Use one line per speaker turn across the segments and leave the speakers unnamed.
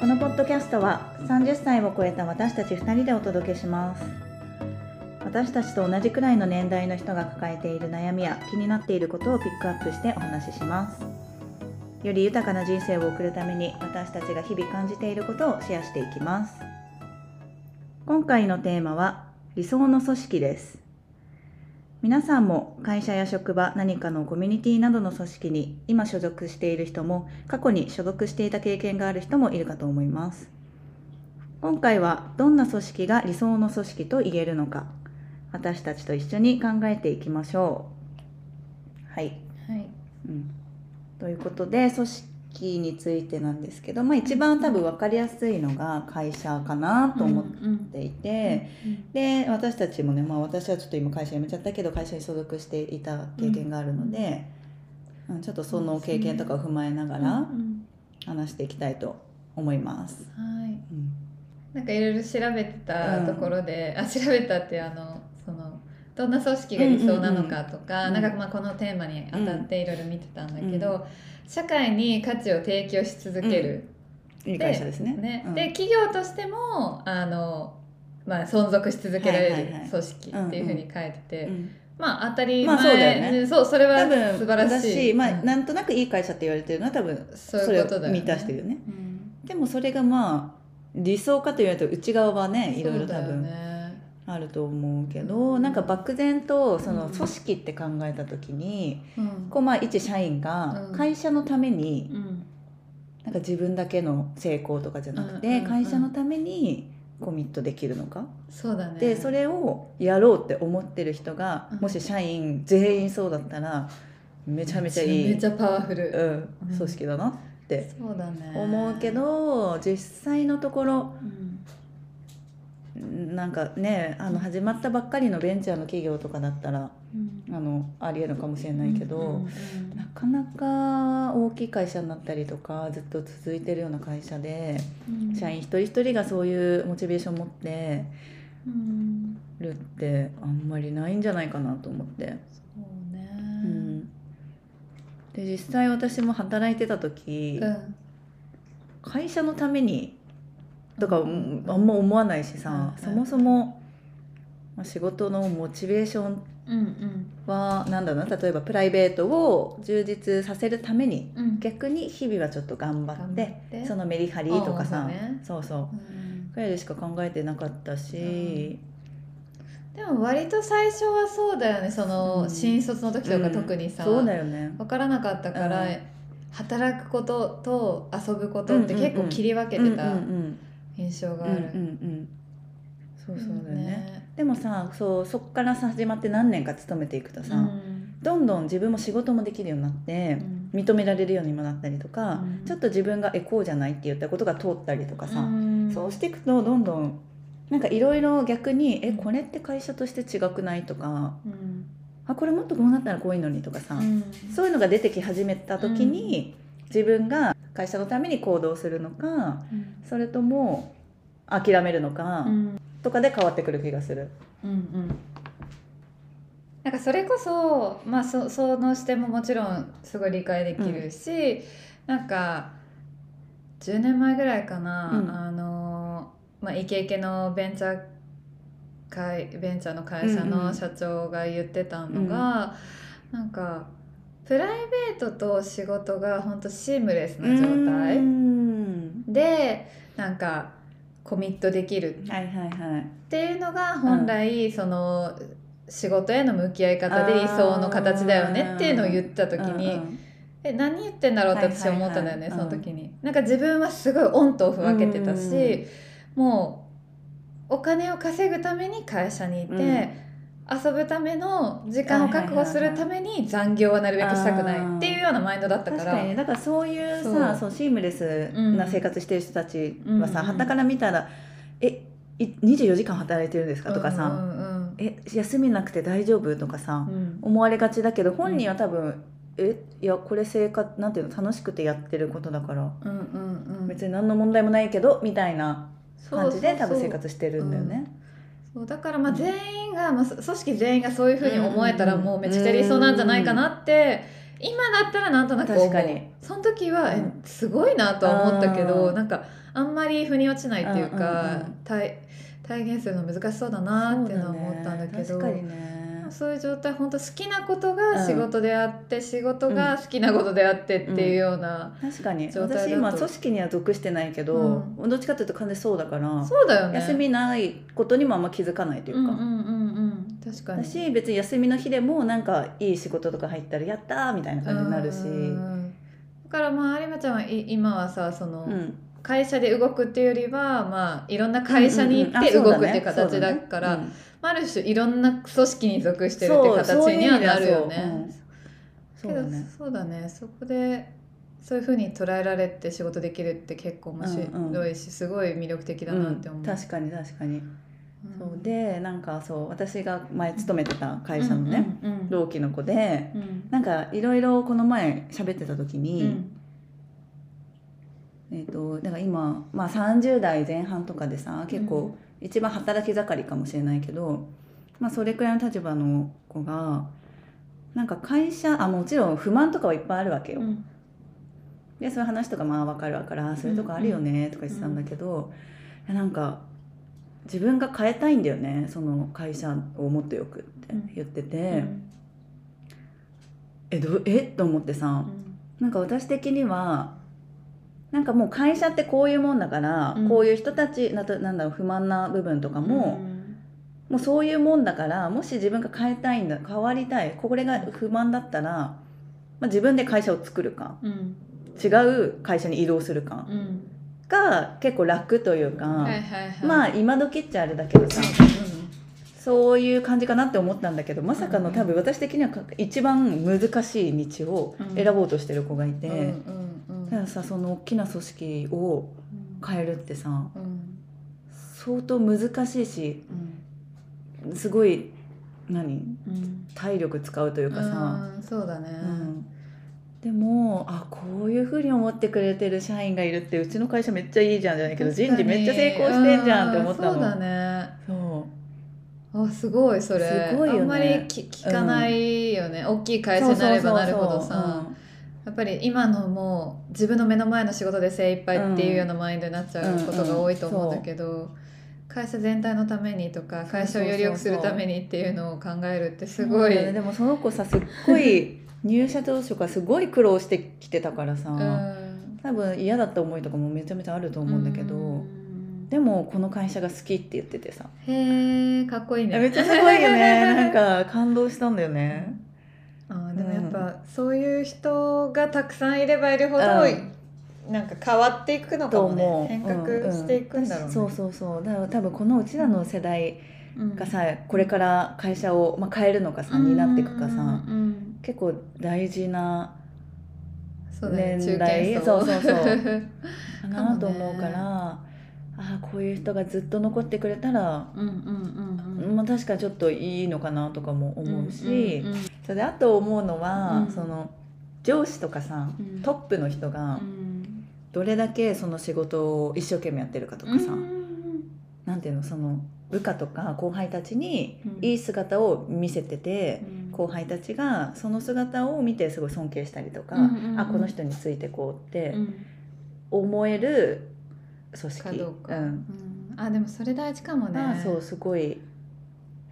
ッドキャストは30歳を超えた私たち2人でお届けします私たちと同じくらいの年代の人が抱えている悩みや気になっていることをピックアップしてお話ししますより豊かな人生を送るために私たちが日々感じていることをシェアしていきます今回のテーマは理想の組織です皆さんも会社や職場何かのコミュニティなどの組織に今所属している人も過去に所属していた経験がある人もいるかと思います今回はどんな組織が理想の組織と言えるのか私たちと一緒に考えていきましょうはい、
はい、
うん、ということで組織についてなんですけど、まあ、一番多分分かりやすいのが会社かなと思っていて、で私たちもね、まあ、私はちょっと今会社辞めちゃったけど会社に所属していた経験があるので、うんちょっとその経験とかを踏まえなが
う
ら
ん
話していきたいと思います。
うんはい
うん
なんかいろいろ調べてたところで、あ調べたってあのそのどんな組織が理想なのかと
う
か、
んうんうん
なんかまあこのテーマに当たっていろいろ見てたんだけど、社会に価値を提供し続ける、
いい会社ですね。
ね
うん
で企業としてもあの、まあ、存続し続けら
はい
れ
はいはい
る組織っていうふうに書いてて、
うん
まあ当たり前、
まあそうだよね
そうそれは
多分
素晴ら
だ
しい、
まあ、
うん
なんとなくいい会社って言われてるのは多分
そ
そう
い
れ
うことだ
を
よね
満たしてるよね。
うん
でもそれがまあ理想かと言われると内側はねいろいろ多
そうだ
分
よね
あると思うけどなんか漠然とその
うん
組織って考えた時に、
うん
こうまあ一社員が
うん
会社のために
うん
なんか自分だけの成功とかじゃなく
うんう
て
んうん
会社のためにコミットできるのか
そうだね
でそれをやろうって思ってる人が
うん
もし社員全員そうだったらめちゃめちゃ
め
いい
ちゃパワフル、
うん
うん
組織だなって
そうだね
思うけ、ど実際のところ
うん
なんかねあの始まったばっかりのベンチャーの企業とかだったら
うん
あのありえるかもしれないけど。
うんうんうん
なかなか大きい会社になったりとかずっと続いてるような会社で
うん
社員一人一人がそういうモチベーションを持って
うん
るってあんまりないんじゃないかなと思って。
そうね
うんで実際私も働いてた時、
うん
会社のためにとかうんあ
うん
んま思わないし
はいは
さ、
い
そもそもまあ仕事のモチベーション
うん
はなんだろうな例えばプライベートを充実させるために
うん
逆に日々はちょっと頑張ってそのメリハリとか
あーそ
さ
うね
そうそう
うん
くらいでしか考えてなかったし、
でも割と最初はそうだよねその、
うん
新卒の時とか特にさ、
そうだよね
分からなかったから、
うん
働くことと遊ぶことって結構切り分けて
うん
た
うん
印象が
うんう
あ
んう
る、
んそうそうだよね,、でもさそうそっからさ始まって何年か勤めていくとさ、
うん
どんどん自分も仕事もできるようになって、認められるようにもなったりとか、
うん
ちょっと自分がえこうじゃないって言ったことが通ったりとかさ、
うん
そうしていくとどんどんなんかいろいろ逆にえこれって会社として違くないとか
うん
あこれもっとこうなったらこういうのにとかさ、
うん
そういうのが出てき始めた時に、自分が会社のために行動するのか
うん
それとも諦めるのか、
うん
とかで変わってくる気がする。
うんうんなんかそれこそ、まあ、そその視点ももちろんすごい理解できるし、なんか10年前ぐらいかな、
うん
あのまあ、イケイケのベンチャー会ベンチャーの会社
うんう
の
ん
社長が言ってたのが、なんかプライベートと仕事が本当シームレスな状態
うーん
でなんかコミットできる
はいはいはい。
っていうのが本来その仕事への向き合い方で理想の形だよねっていうのを言った時に、
うん
え何言ってんだろうって私は思ったんだよ
は
ね、
いはいはい
その時に、なんか自分はすごいオンとオフ分けてたし、
う
もうお金を稼ぐために会社にいて、
うん
遊ぶための時間を確保するために残業はなるべくしたくないっていうようなマインドだった
確
から
かにねだからそういう
そう
さそうシームレスな生活してる人たちはさ
うん
はた、から見たら「えい24時間働いてるんですか?」とかさ「
うんうん
え休みなくて大丈夫?」とかさ、
うんうん
思われがちだけど本人は多分、えいやこれ生活なんていうの楽しくてやってることだから
うんうんうん
別に何の問題もないけどみたいな感じで多分生活してるんだよね。
そうだからまあ全員が、まあ、そ組織全員がそういうふうに思えたらもうめちゃくちゃ理想なんじゃないかなって今だったらなんとなく思う
確かに
その時は、え
うん
すごいなとは思ったけど
あー
なんかあんまり腑に落ちないっていう
うん
か、
うんうん
体体現するの難しそうだなっていうのは思ったんだけ
そ
ど
うね確かにね
そういう状態本当好きなこと
う
が
ん
仕事であって、仕事が好きなことであってっていうような、
確かに
状態
私
だと
今組織には属してないけど、どっちかというと完全にそうだから、
そうだよね
休みないことにもあんま気づかないという
う
か、
んうんうんうん確かに
だし別に休みの日でもなんかいい仕事とか入ったらやったーみたいな感じになるし、
うんだからまあ有馬ちゃんはい今はさその、
うん、
会社で動くっていうよりはまあいろんな会社に行って動くっていう形だから、
うん
まあ、ある種いろんな組織に属してるっていう形にはなるよね。
そ
け
うだ
ど
ね
そうだねそこでそういうふうに捉えられて仕事できるって結構面白いし、すごい魅力的だなって思う。
うん確かに確かに、
うん
そうでなんかそう私が前勤めてた会社のね、、
うんうんうん
同期の子で
うん
なんかいろいろこの前喋ってた時
う
に、
ん
えー、とだから今、まあ、30代前半とかでさ結
うん
構一番働き盛りかもしれないけど、まあ、それくらいの立場の子がなんか会社あもちろん不満とかはいっぱいあるわけよ。
うん
でそういう話とかまあ分かるわからあそういうとこあるよねとか言ってたんだけど、いやなんか自分が変えたいんだよねその会社をもっとよくって言ってて、えどうえと思ってさ、なんか私的にはなんかもう会社ってこういうもんだから、
うん
こういう人たちなとなんだろう不満な部分とかも、もうそういうもんだからもし自分が変えたいんだ変わりたいこれが不満だったら、まあ、自分で会社を作るか
うんうん
違う会社に移動するか
うん
が結構楽というか、
はいはいはい
まあ今時っちゃあれだけどさ
う
そういう感じかなって思ったんだけどまさかの多分私的には一番難しい道を選ぼうとしてる子がいて。
んうんうんうん
たださその大きな組織を変えるってさ
うん
相当難しいし
うん
すごい何
うん
体力使うというかさ、
うんそうだね
うんでもあこういうふうに思ってくれてる社員がいるってうちの会社めっちゃいいじゃんじゃないけど
確か
人
に
事めっちゃ成功してんじゃんって思ったの
うそうだね
そ
あすごいそれ
すごいよね
あんまりき聞かないよね、大きい会社になればなるほどさやっぱり今のもう自分の目の前の仕事で精一杯っていうようなマインドになっちゃうことが多いと思うんだけど、会社全体のためにとか会社をより良くするためにっていうのを考えるってすごい、
そうだねでもその子さすっごい入社当初からすごい苦労してきてたからさ、
うん
多分嫌だった思いとかもめちゃめちゃあると思うんだけど、
うん
でもこの会社が好きって言っててさ
へえかっこいいね
めっちゃすごいよねなんか感動したんだよね
あーでもやっぱ、そういう人がたくさんいればいるほど、なんか変わっていくのか
と
もね
思う
変革していくんだろうね、
そうそうそうだから多分このうちらの世代
うん
がさこれから会社を、まあ、変えるのかさになっていくか
うん
さ
うんうん
結構大事な
そうだね
年代
中堅層
そうそうそうか
かも
な
ね
と思うから、ああこういう人がずっと残ってくれたら、
うんうんうんうん
まあ、確かにちょっといいのかなとかも思うし、
うんうん
それであと思うのは、
うん
その上司とかさ
うん
トップの人が
うん
どれだけその仕事を一生懸命やってるかとかさ、
うん
なんていうのその部下とか後輩たちに
うん
いい姿を見せてて、
うん
後輩たちがその姿を見てすごい尊敬したりとか、
うんうんうん
あこの人についてこうって
うん
思える組織
かどうか、
ん
うんあでもそれ大事かもね
がそうすごい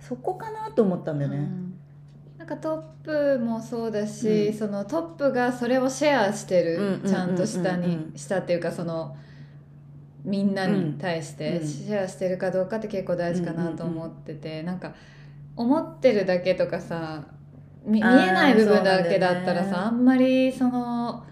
そこかなと思ったんだよ
う
ね。
んなんかトップもそうだし、
うん
そのトップがそれをシェアして
うんうんうんうん
る
うん
ちゃんと下にしたっていうかそのみんなに対し
う
て
ん
シェアしてるかどうかって結構大事かなと思ってて、なんか思ってるだけとかさみ見え
あー
ない部分だけだったら
そうなんだよね
さあんまりその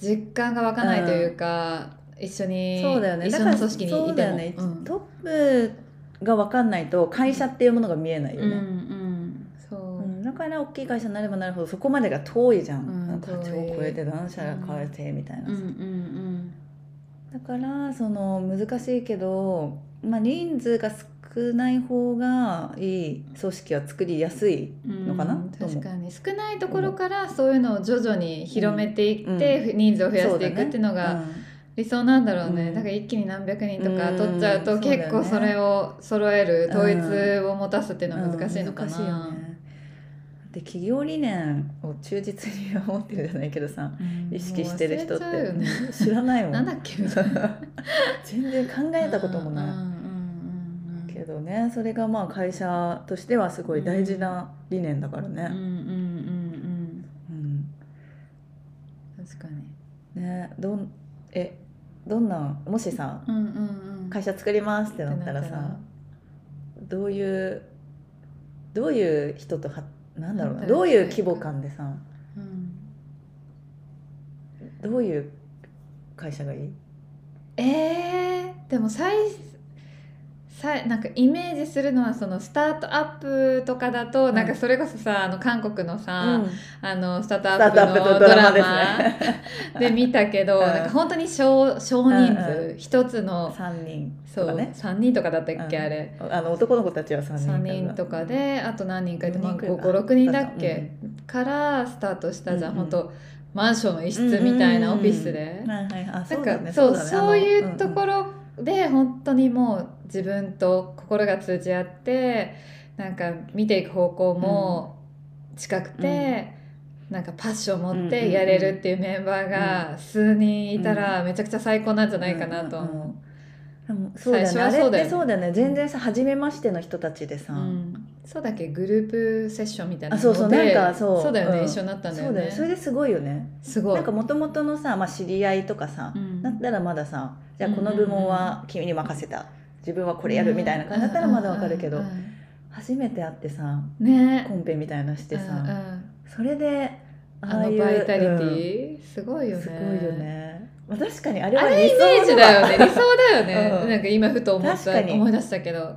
実感が湧かないというか、一緒に
そうだよね
一緒
だ
の
から
組織に
そ
いう
だ
て
よ
も。
ね
うん
トップが分かんないと会社っていうものが見えないよ
うんう
ね、
んそう
うんだから大きい会社になればなるほどそこまでが遠いじゃん、
うん
なんか
遠い
立場を超えて何社が変えてみたいなさ、
うんうん
だからその難しいけど、まあ、人数が少ない方がいい組織は作りやすい、
うん
のかな
うん
と思う
確かに少ないところからそういうのを徐々に広めていって、人数を増やしていくっていうのが理想なんだろう
う
ね
ん
だから一気に何百人と
う
か
ん
取っちゃう
そ
と
うだよね
結構それを揃える統一を持たすっていうのは難しいのか
うん
な。
難しいよねで企業理念を忠実に守ってるじゃないけどさ意識してる人って、
もう忘れちゃうよね
うん知らないもん
なんだっけみたいな
全然考えたことも
うんう
なん
うんうん
いけどねそれがまあ会社としてはすごい大事な理念だから
うんうん
ね。
うん
うん
うん確かに
ねどんえどんなもしさ
うんうんうん
会社作りますってなったらさどういうどういう人とはなんだろうな
働きたい
どういう規模感でさ
うん
どういう会社がいい
えー、でも最最なんかイメージするのはそのスタートアップとかだと、
うん
なんかそれこそさあの韓国のさ、
うん
あのスタート
ス
ア
タートア
ッ
ップ
プの
と
ド
ド
ラ
ラ
マ
マ
で
ですね。
見たけど、
うん
なんか本当に少少人
うん
数一、つの
3人
そ
とか
う、
ね
3人とかだったっけ、
うん
あれ
あの男の子たちは3人
3人とかであと何人かいて、まあ、
四人くらいか
56人だっけ、からスタートしたじゃん、
うんうん
本当マンションの一室みたいな
う
オ
んうん
フィスで。
はいはいあ
な
そ
ん
うだ
か
ね
そう
だね
そうい
あの
うところで本当にもう自分と心が通じ合ってなんか見ていく方向も近くて、なんかパッション持ってやれるっていうメンバーが数人いたらめちゃくちゃ最高なんじゃないかなと思う。
うんうんうんでもそうだよね
最初はそう
あれ
だよね
ってそうだよね全然さ初めましての人たちでさ、
うんそうだっけグループセッションみたいな
あそうそう
ので
なんかそう
だよね、
うん
一緒になったんだ
そ
よ
うだ
ね
よねそれですごいよね
すごい
なんかもともとのさ、まあ、知り合いとかさ、
うん
だったらまださじゃあ
うん
この部門は君に任せた自分はこれやるみたいな感じだったらまだわかるけど
うんうんうん
初めて会ってさ
うんね
コンペみたいなして
うんう
さ
ん
それで
あの
いう
バイタリテ
うん
ィ、すごいよね。
すごいよねまあ確かにあれ
あ
は
れイメージ
理想
だ
だ
よ
わ
ね。理想だよね。
うん
なんか今ふと思っ
確
た
かに
思い出したけど。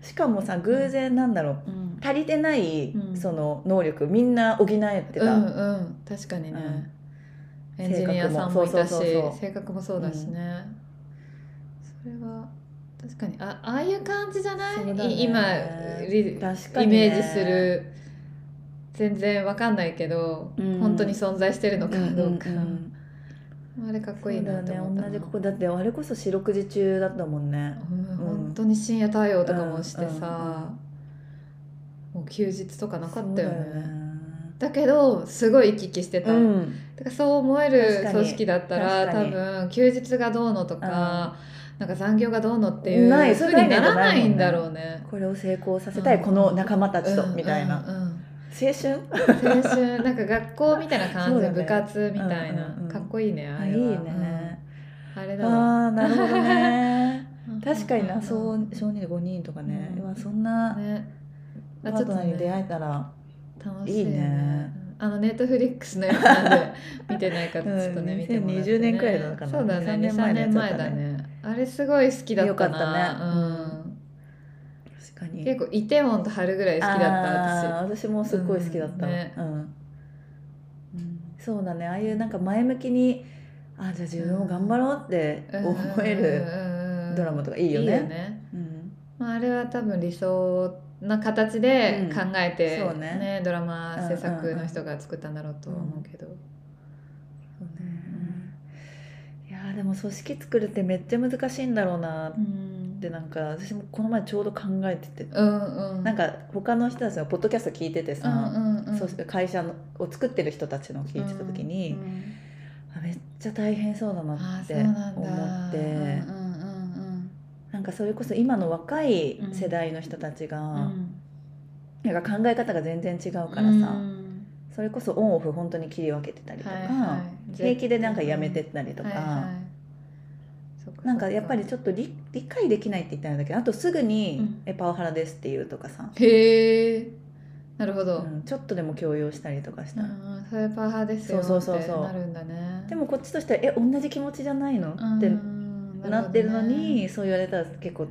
しかもさ偶然なんだろう
うん。
足りてない、
うん
その能力みんな補えて
う
た、
んうん確かにね。
うん
エンジニアさんもいたし
性格もそうそうそうそう
性格もそうだしね。それは確かにあああいう感じじゃない？
そうだね
い今リ
確か
イ
にね
メージする全然わかんないけど、
うん
本当に存在してるのか
うん
どうか。
うんうん
あれかっこ
そ
いいう
だよ
なと
ね
思ったな
同じここだってあれこそ四六時中だったもんね
うん
うん
本当に深夜対応とかもして
うんうん
さ、もう休日とかなかったよね
そうだ
だ
よね
けどすごい行き来してた、
うん
だからそう思える
確かに
組織だったら
確
多
かに
分休日がどうのとか、なんか残業がどうのっていう
ない
ふ
そうう
に
概
な
念じゃ
ら
な
な
も
い
んね
いんだろうね。
これを成功させたい、
うん
この仲間たちと、みたいな、
うんうん
青春
うん青春なんか学校みたいな 感
そ
じ、
うだね
部活みたいな、
うんうんうん
かっこいいねあ
あ
れ
いい
は
ね、
うんあれだわ
ああなるほどね 確かにな
う
そ
ん
う少人で5人とかね、
うん
まあそんな
ね
パ
あちょっ
ー
と
トナー
ね
に出会えたら、
楽しいよ
いいね
うんあのネットフリックスのやつな んで見てない方ちょっとね、
うん
見てもらって、ね、
2020年くらいなのかな
そうだね
3
2
年
3
前のや
年
つだっ
前
たね
だねあれすごい好きだったな
よかったね確か
う
に
ん、結構イテウォンと春ぐらい好きだった私、
あー私もすっごい好きだった、
う
うんん
ね
そうだねああいうなんか前向きにあじゃあ自分も頑張ろうって思える
る
ドラマとかい
い
いよね。
いよね、
うん
まあ、あれは多分理想な形で考えて、
うんそうね
ドラマ制作の人が作ったんだろうとは思うけど、
そうねいやーでも組織作るってめっちゃ難しいんだろうな
う
っ
ん
てなんか私もこの前ちょうど考えてて、
うんうん
なんか他の人たちのポッドキャスト聞いてて
う
さ、
んうんうん
そう会社のを作ってる人たちの聞いてた時に、
うんうん
あめっちゃ大変そうだな
あー
って
そうなんだ
思って
うん
ななんかそれこそ今の若い世代の人たちが、
うんうんうん
なんか考え方が全然違うからさ、
うん
それこそオンオフ本当に切り分けてたりとか、
はいはい
平気でなんかやめてったりとか、
はいはいそっそっ
なんかやっぱりちょっと理理解できないって言ったんだけどあとすぐに
うん
「えパワハラです」って言うとかさ、
へえなるほど、
うんちょっとでも強要したりとかし
う
たら、
んうん、それパワハラですよって
そうそうそうそう
なるんだね
でもこっちとしては「え同じ気持ちじゃないの?」
うん
って
うん
なってるのに
な
そう言われたら結構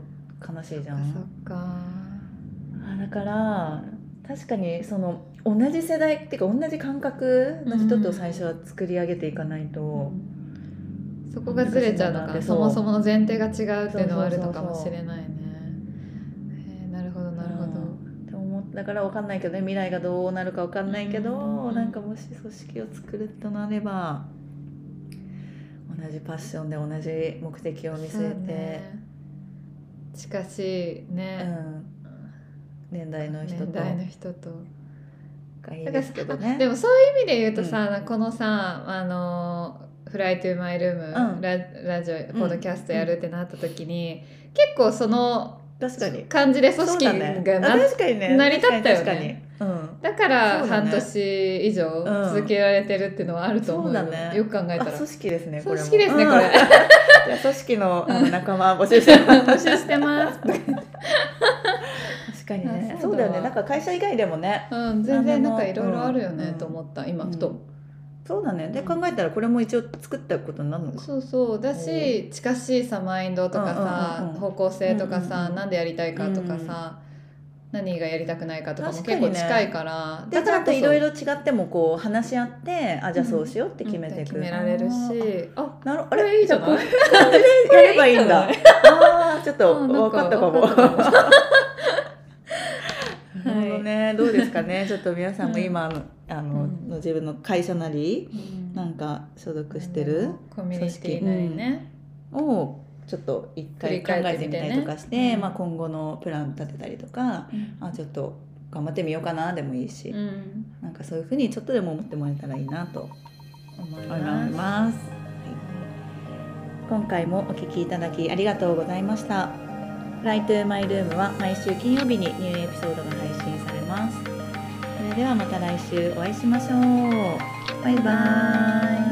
悲しいじゃ
るほどねそっ
ん。
か
あだから確かにその同じ世代っていうか同じ感覚の人と最初は作り上げていかないと。
そっかそこがずれちゃうの
難しいんだなっ
か
て
そ
そう
もそもの前提が違うっていうのはある
そ
の
うそうそうそう
かもしれないねへーなるほどなるほ
う
ど、
んって思っだから分かんないけどね未来がどうなるか分かんないけど、
うん
なんかもし組織を作るとなれば同じパッションで同じ目的を見
そう
据え
ね近しい
てう、
ね、
ん、年代の人
年
と
代の人と
かいいですけどね。
で
も、
もそういう意味で言うとさ、このさあのフライトゥーマイルーム、
うん
ララジオポッドキャストやるってなった時に、結構その
確かに。
感じで組織が
そうだね
な
あ確かにね。
成り立ったよね
確かに。確かにうん。
だから
そうだね
半年以上
うん
続けられてるっていうのはあると思うよ,、
そうだね
よく考えた
あ
ら
組織ですねこれ
組
も
織ですね
うん
これ
じゃあ組織のあの仲間募集してます
募集して ます、
確かにね
あ
そ
そうう
だ
だわ
よねなんか会社以外でもね
うん、全然なんかいろいろあるよ
う
ね
ん
と思った、今
うん
ふと、
そうだねで考えたらこれも一応作ったことになるのか
そうそうだし近しいさマインドとかさ、
うんうんうんうん
方向性とかさ、
うんうんうん
なんでやりたいかとかさ、何がやりたくないかとかも
確か
結
にね
構近いから
でちゃんといろい
ろ
ろ違ってもこう話し合ってあじゃあそうしようって決めていく、
決められるしあ
なるあ
こ
れ
れいいじゃない
これでやればいいんだ
これ
あーちょっと
うんな
分
んか
かったかも
分かった
なるほどねどうですかねちょっと皆さんも今、あの
うん
自分の会社なりなんか所属してる
コミュニティなりね、
をちょっと一回
振り
考
返
え
ってて
み
みて
た
ね
りとかして
うん
まあ、今後のプラン立てたりとかあちょっと頑張ってみようかなでもいいし、
うん
なんかそういうふうにちょっとでも思ってもらえたらいいなと
思い
思い
ます
ます、はい今回もお聞きいただきありがとうございました「フライトゥーマイルームは毎週金曜日にニューエピソードが配信されますそれではまた来週お会いしましょうバイバ
バイバ
イ